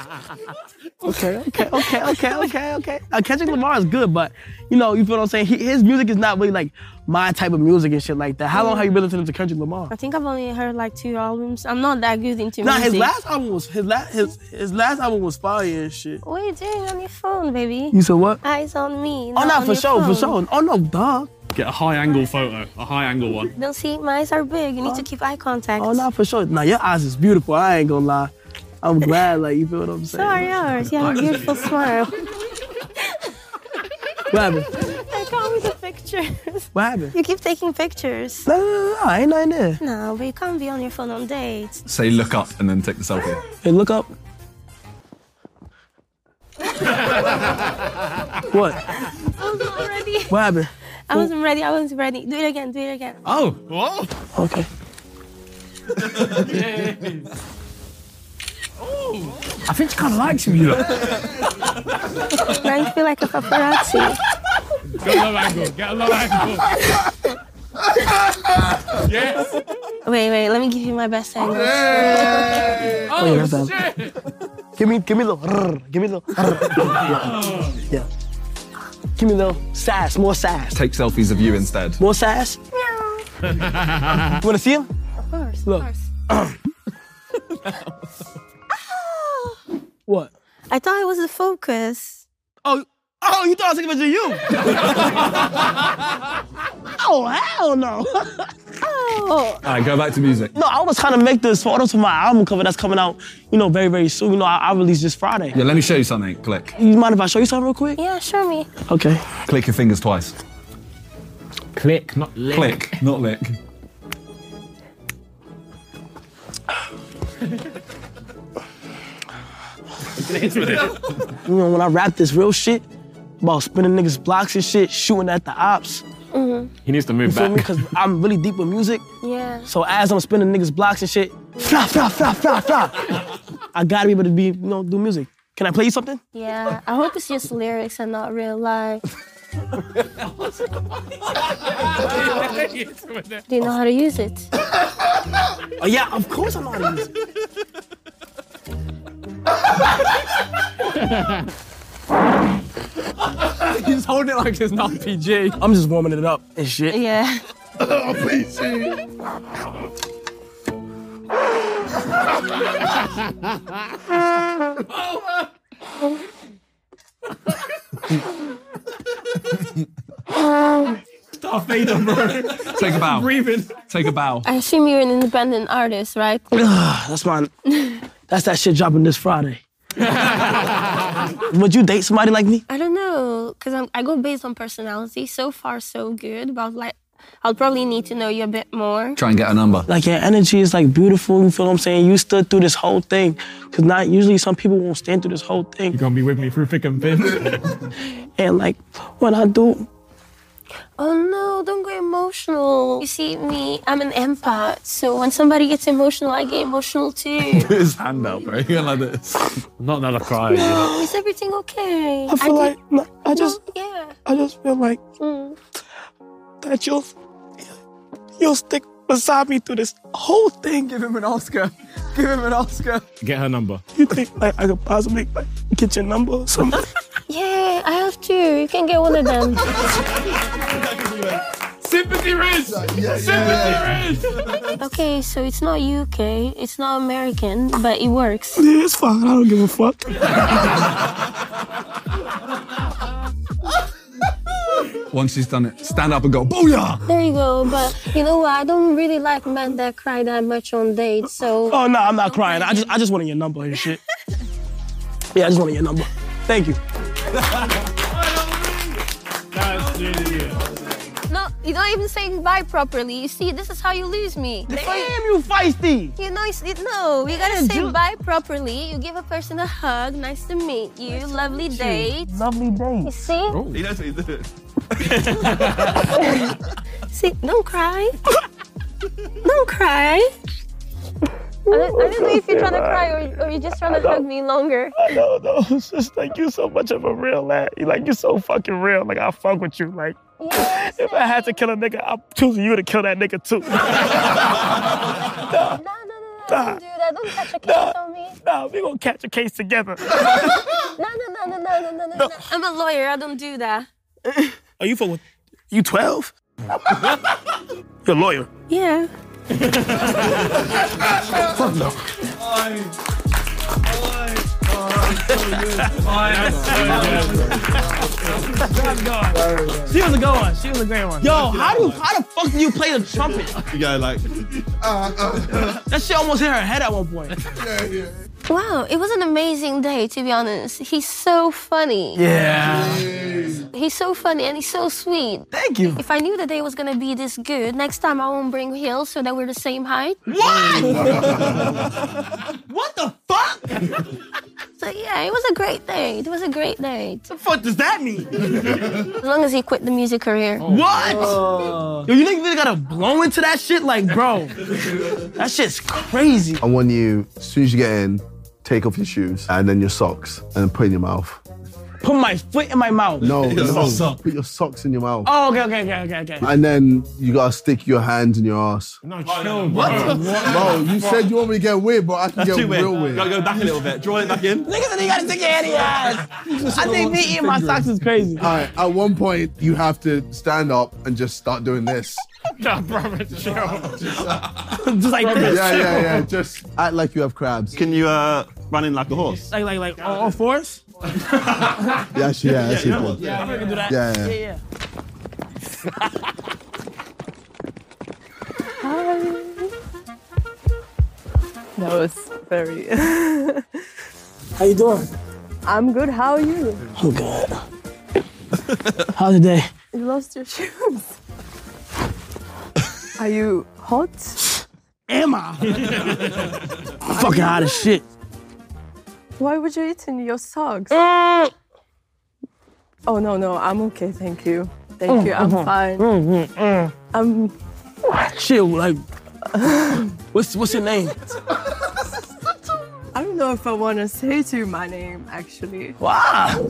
Okay, okay, okay, okay, okay, okay. Uh, Kendrick Lamar is good, but you know, you feel what I'm saying? He, his music is not really like my type of music and shit like that. How long have you been listening to Kendrick Lamar? I think I've only heard like two albums. I'm not that good into Nah, music. his last album was his last his his last album was fire and shit. What you doing on your phone, baby? You said what? Eyes on me. Oh, not nah, on for your sure, for phone. sure. Oh no, dog. Get a high angle photo, a high angle one. Don't see, my eyes are big. You need to keep eye contact. Oh nah, for sure. Nah, your eyes is beautiful. I ain't gonna lie. I'm glad, like you feel what I'm So saying. are yours. You have a beautiful smile. What happened? I can't with the pictures. What happened? You keep taking pictures. No, no, no, no, ain't nothing there. No, but you can't be on your phone on dates. Say look up and then take the selfie. Hey, look up. what? I was not ready. What happened? I wasn't ready. I wasn't ready. Do it again. Do it again. Oh, whoa. Okay. I think she kind of likes him, you know. now you feel like a paparazzi. Get a low angle. Get a low angle. yes. Wait, wait. Let me give you my best angle. Oh, yeah, that's bad. Give me, give me the, rrr, give me the, rrr. yeah. yeah. Give me the sass, more sass, Take selfies of you instead. more sass. You wanna see him? Of course. Look. Of course. What? I thought it was the focus. Oh, oh, you thought I was thinking about you? oh hell no! oh. All right, go back to music. No, I was trying to make this photo for my album cover that's coming out, you know, very, very soon. You know, I, I released this Friday. Yeah, let me show you something. Click. You mind if I show you something real quick? Yeah, show me. Okay. Click your fingers twice. Click, not lick. Click, not lick. You know, when I rap this real shit about spinning niggas blocks and shit, shooting at the ops. hmm He needs to You move feel me? back. Because I'm really deep with music. Yeah. So as I'm spinning niggas blocks and shit, fly, fly, fly, fly, fly. I gotta be able to be, you know, do music. Can I play you something? Yeah, I hope it's just lyrics and not real life. Do you know how to use it? Oh, yeah, of course I'm not using it. He's holding it like it's not PG. I'm just warming it up and shit. Yeah. oh, Um, Darth Vader, bro. Take a bow. Breathing. Take a bow. I assume you're an independent artist, right? Ah, that's mine. That's that shit dropping this Friday. Would you date somebody like me? I don't know, cause I'm, I go based on personality. So far, so good. But like, I'll probably need to know you a bit more. Try and get a number. Like your energy is like beautiful. You feel what I'm saying? You stood through this whole thing, cause not usually some people won't stand through this whole thing. You're gonna be with me through thick and thin. and like, what I do, Oh no, don't get emotional. You see me, I'm an empath, so when somebody gets emotional, I get emotional too. Put his hand out, bro. You're like this. Not another cry. no, is everything okay? I feel like did- I just, yeah. I just feel like Mm. that you'll, you'll stick beside me through this whole thing. Give him an Oscar. Give him an Oscar. Get her number. You think like I could possibly like get your number or something? Yeah, I have two. You can get one of them. Sympathy Riz! Sympathy Riz! okay, so it's not UK, it's not American, but it works. Yeah, it's fine. I don't give a fuck. Once he's done it, stand up and go, booyah! There you go. But you know what? I don't really like men that cry that much on dates. So Oh no, I'm not crying. I just I just wanted your number and shit. yeah, I just wanted your number. Thank you. That's really good. no, you don't even say goodbye properly. You see, this is how you lose me. Before Damn, you feisty. You know, it's, it, no, you gotta Man, say you- bye properly. You give a person a hug. Nice to meet you. Lovely date. Lovely date. You see? Oh. Oh. He knows what he's doing. See, don't cry. don't cry. I don't, I don't know if you're trying to cry or, or you're just trying to hug me longer. I know, though. It's just like you so much of a real lad. You Like you so fucking real. Like I fuck with you. Like if I had to kill a nigga, I'm choosing you to kill that nigga too. nah, Don't do that. Don't touch a case on me. nah, we gonna catch a case together. No, no, no, no, no, no, no, no, no. I'm a lawyer. I don't do that. Are you fucking? You twelve? You're a lawyer. Yeah. Fuck no. She was a good one. She was a great one. Yo, how do you, how the fuck do you play the trumpet? Uh, You go like. That shit almost hit her head at one point. Wow, it was an amazing day, to be honest. He's so funny. He's so funny and he's so sweet. Thank you. If I knew the day was gonna be this good, next time I won't bring heels so that we're the same height. what the fuck? So yeah, it was a great date. It was a great date. What the fuck does that mean? As long as he quit the music career. What? Oh. Yo, you think we gotta blow into that shit? Like, bro, that shit's crazy. I want you, as soon as you get in, take off your shoes and then your socks and then put in your mouth. Put my foot in my mouth. No, no. Put your socks in your mouth. Oh, okay, okay, okay, okay, okay. And then you gotta stick your hands in your ass. No, chill, Bro, you said you want me to get weird, but I can That's get too weird. real weird. Gotta go back a little bit. Draw it back in. Niggas and they gotta stick your head in your ass. I think me eating my socks is crazy. All right, at one point, you have to stand up and just start doing this. No, brother, chill. Just like yeah, this. yeah, yeah. Just act like you have crabs. Can you uh, run in like a horse? Like, like, like, all all fours? Yeah, she, yeah, Yeah, she you know cool. what? Yeah, I'm gonna do that. Yeah, yeah. yeah. That was very. How you doing? I'm good. How are you? Oh, God. How's the day? You lost your shoes. Are you hot? Am I? I'm fucking hot as shit. Why would you eat in your socks? Oh no no, I'm okay, thank you, thank you, I'm Mhm. fine. Mhm, mm. I'm Shit, like, what's what's your name? I don't know if I want to say to my name, actually. Wow.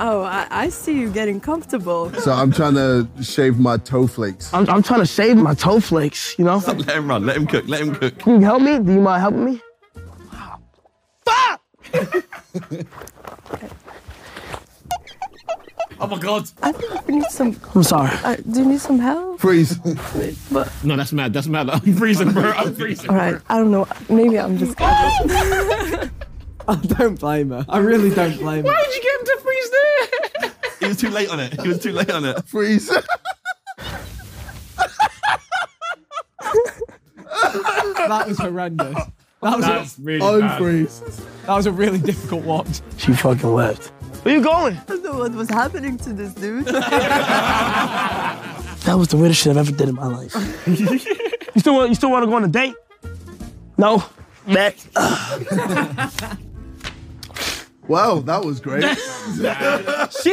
oh, I, I see you getting comfortable. So I'm trying to shave my toe flakes. I'm, I'm trying to shave my toe flakes, you know? Let him run. Let him cook. Let him cook. Can you help me? Do you mind helping me? Oh my god. I think we need some. I'm sorry. Uh, do you need some help? Freeze. no, that's mad. That's mad. I'm freezing, bro. I'm freezing. All right. I don't know. Maybe I'm just. I don't blame her. I really don't blame her. did you get him to freeze there? He was too late on it. He was too late on it. Freeze. that was horrendous. That was That's a, really Oh, bad. freeze. That was a really difficult one. She fucking left. Where you going? I don't know what was happening to this dude. That was the weirdest shit I've ever did in my life. you still want? You still want to go on a date? No. Bet. Wow, that was great. she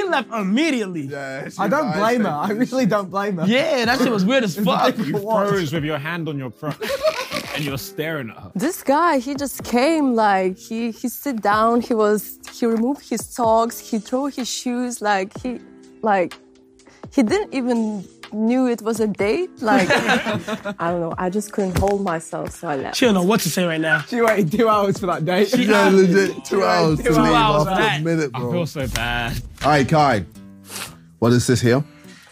left immediately. I don't blame her. I really don't blame her. Yeah, that shit was weird as It was a fuck. difficult You one. Rose with your hand on your crotch and you're staring at her. this guy, he just came like he he sit down. He was he removed his socks. He threw his shoes. Like he like he didn't even knew it was a date. Like I don't know. I just couldn't hold myself, so I left. She don't know what to say right now. She waited two hours for that date. She Yeah, asked- legit, two she waited hours to two leave hours for after a that. minute, bro. I feel so bad. All right, Kai. What is this here?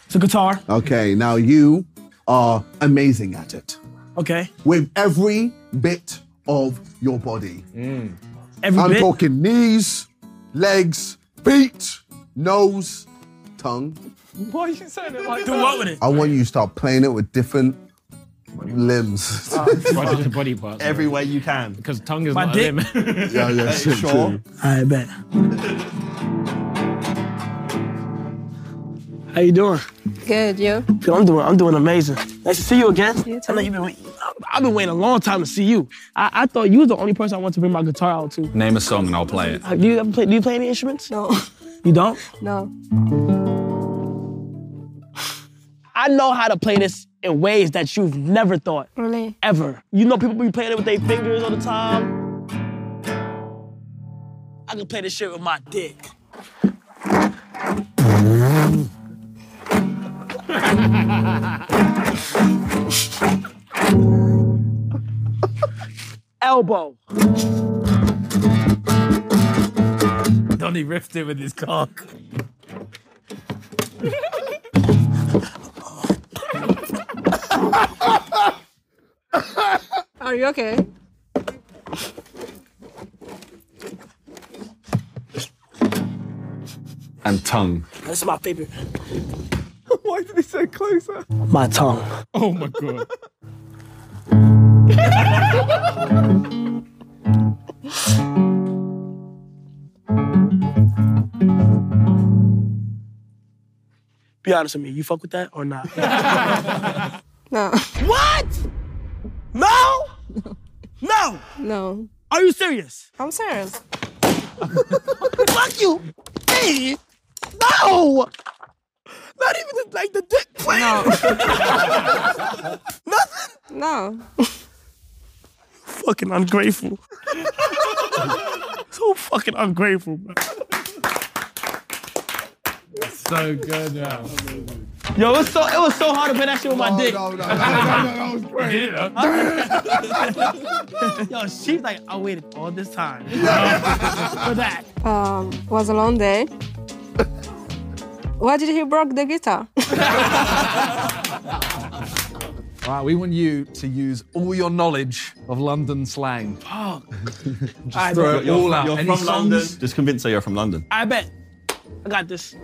It's a guitar. Okay, now you are amazing at it Okay. with every bit of your body. Mm. Every I'm bit? talking knees, legs, feet, nose, tongue. Why are you saying it like Do what with it? I want you to start playing it with different limbs. Uh, Right, just the body parts. Every way you can. Because tongue is My not dick. a limb. yeah, yeah, Hey, shit, sure. true. I bet. How you doing? Good, you? Yo, I'm doing. I'm doing amazing. Nice to see you again. I know you've been. wait- I've been waiting a long time to see you. I, I thought you was the only person I wanted to bring my guitar out to. Name a song and I'll play it. Uh, Do you ever play? Do you play any instruments? No. You don't? No. I know how to play this in ways that you've never thought. Really? Ever. You know, people be playing it with their fingers all the time. I can play this shit with my dick. Elbow. Donnie ripped it with his cock. Are you okay? And tongue. This is my favorite. Why did he say closer? My tongue. Oh my god. Be honest with me. You fuck with that or not? No. What? No? No. No. Are you serious? I'm serious. Fuck you. Hey. No. Not even the, like the dick. No. Nothing. No. Fucking ungrateful. so fucking ungrateful, bro. So good, yeah. Yo, it was so it was so hard to play that shit with my dick. Yo, she's like, I waited all this time for that. Um, was a long day. Why did he broke the guitar? All right, we want you to use all your knowledge of London slang. Fuck. Just I throw bet. it all out. You're Any from songs? London. Just convince her you're from London. I bet. I got this.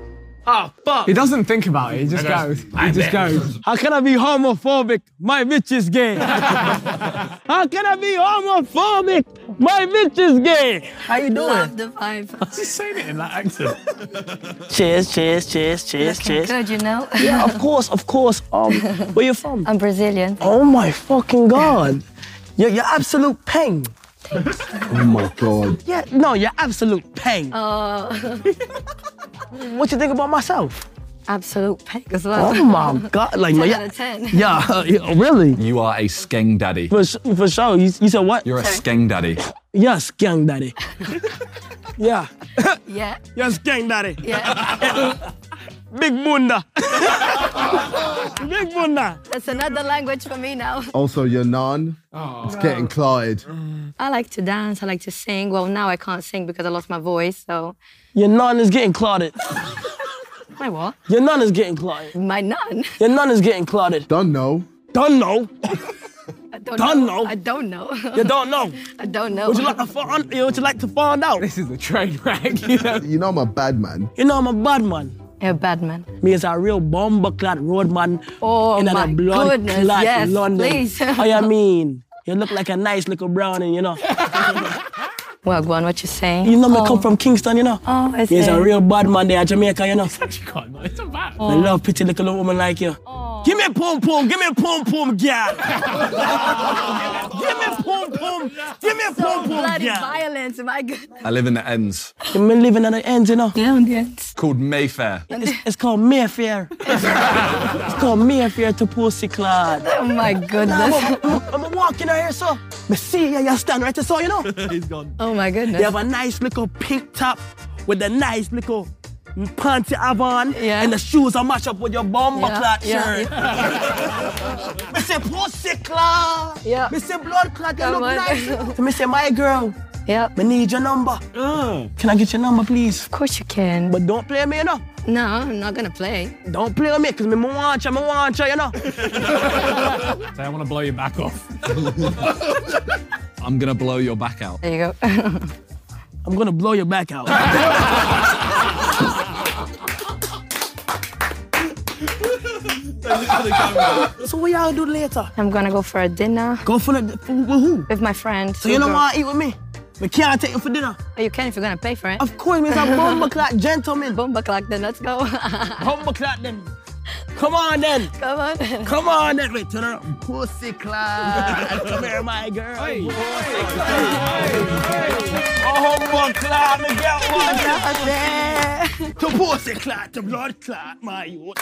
Oh fuck. He doesn't think about it. He just I got- goes. He I just bet. goes. How can I be homophobic? My bitch is gay. How can I be homophobic? My bitch is gay. How you doing? the vibe. She's saying it in that accent. cheers, cheers, cheers, cheers, Looking cheers. good, you know. yeah, of course, of course. Um, where you from? I'm Brazilian. Oh my fucking god. You're, you're absolute peng. Oh my god. Yeah, no, you're absolute peng. Oh, What you think about myself? absolute peg as well. Oh my god, like no, 10 yeah. out of 10. Yeah, yeah, really? You are a skeng daddy. For, s- for sure. You, you said what? You're a skeng daddy. Yes, gang daddy. yeah. Yeah. Yes, gang daddy. Yeah. Big bunda. Big bunda. That's another language for me now. Also, your nan is getting clotted. I like to dance. I like to sing. Well, now I can't sing because I lost my voice. So Your nun is getting clotted. my what? Your nun is getting clotted. My nun. Your nun is getting clotted. Don't know. Don't know. I don't, Don't know. know. I don't know. You don't know. I don't know. Would you like to find? Would you like to find out? This is a train wreck. You know, you know I'm a bad man. You know I'm a bad man. You're a bad man. Me is a real bomber clad road man. Oh in a my blood goodness, clot yes, London. please. oh, you mean? You look like a nice little brownie, you know. Well, go on. What you saying? You know me come from Kingston, you know. Oh, I He's a see. real bad man there, Jamaica, you know. It's a bad. I love pretty little woman like you. Oh. Give me a pom pom, give me a pom pom, girl. give me a pom pom, give me a pom pom, bloody girl. Violence. My goodness. I live in the ends. You men living at the ends, you know. Yeah, on the ends. Called Mayfair. It's, it's called Mayfair. it's called Mayfair to Pussy Clad. Oh my goodness. I'm, I'm walking out here, so. But see, yeah, you stand right there, so you know. He's gone. Oh my goodness. You have a nice little pink top with a nice little panty I have on, and the shoes are match up with your bomber Yeah, clad yeah, shirt. Me say pussy clad. Yeah. Me say blood clad. You Come look on. nice. So me say my girl. Yeah. Me need your number. Can I get your number, please? Of course you can. But don't play me, you know. No, I'm not gonna play. Don't play me, cause me mo want you, me want you, you know. Say, I want to blow your back off. I'm gonna blow your back out. There you go. I'm gonna blow your back out. so what y'all do later? I'm gonna go for a dinner. Go for a with who? With my friend. So you don't want to eat with me? But can I take you for dinner? Oh, you can if you're gonna pay for it. Of course, Miss Bomba Clock gentleman. Bomba Clock, then let's go. Bomba Clock, then. Come on, then. Come on, then. Come on, then. Wait, turn around. Pussy Clock. Come here, my girl. Pussy Clock. Oh, Bomba Clock, me get one. Yeah, To Pussy Clock, to Blood Clock, my youth.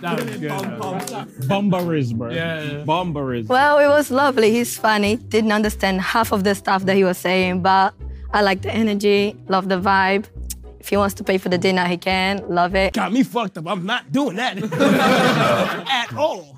That was good. Bomberism. Yeah. Bomberism. Well, it was lovely. He's funny. Didn't understand half of the stuff that he was saying, but I like the energy, love the vibe. If he wants to pay for the dinner, he can. Love it. Got me fucked up. I'm not doing that. At all.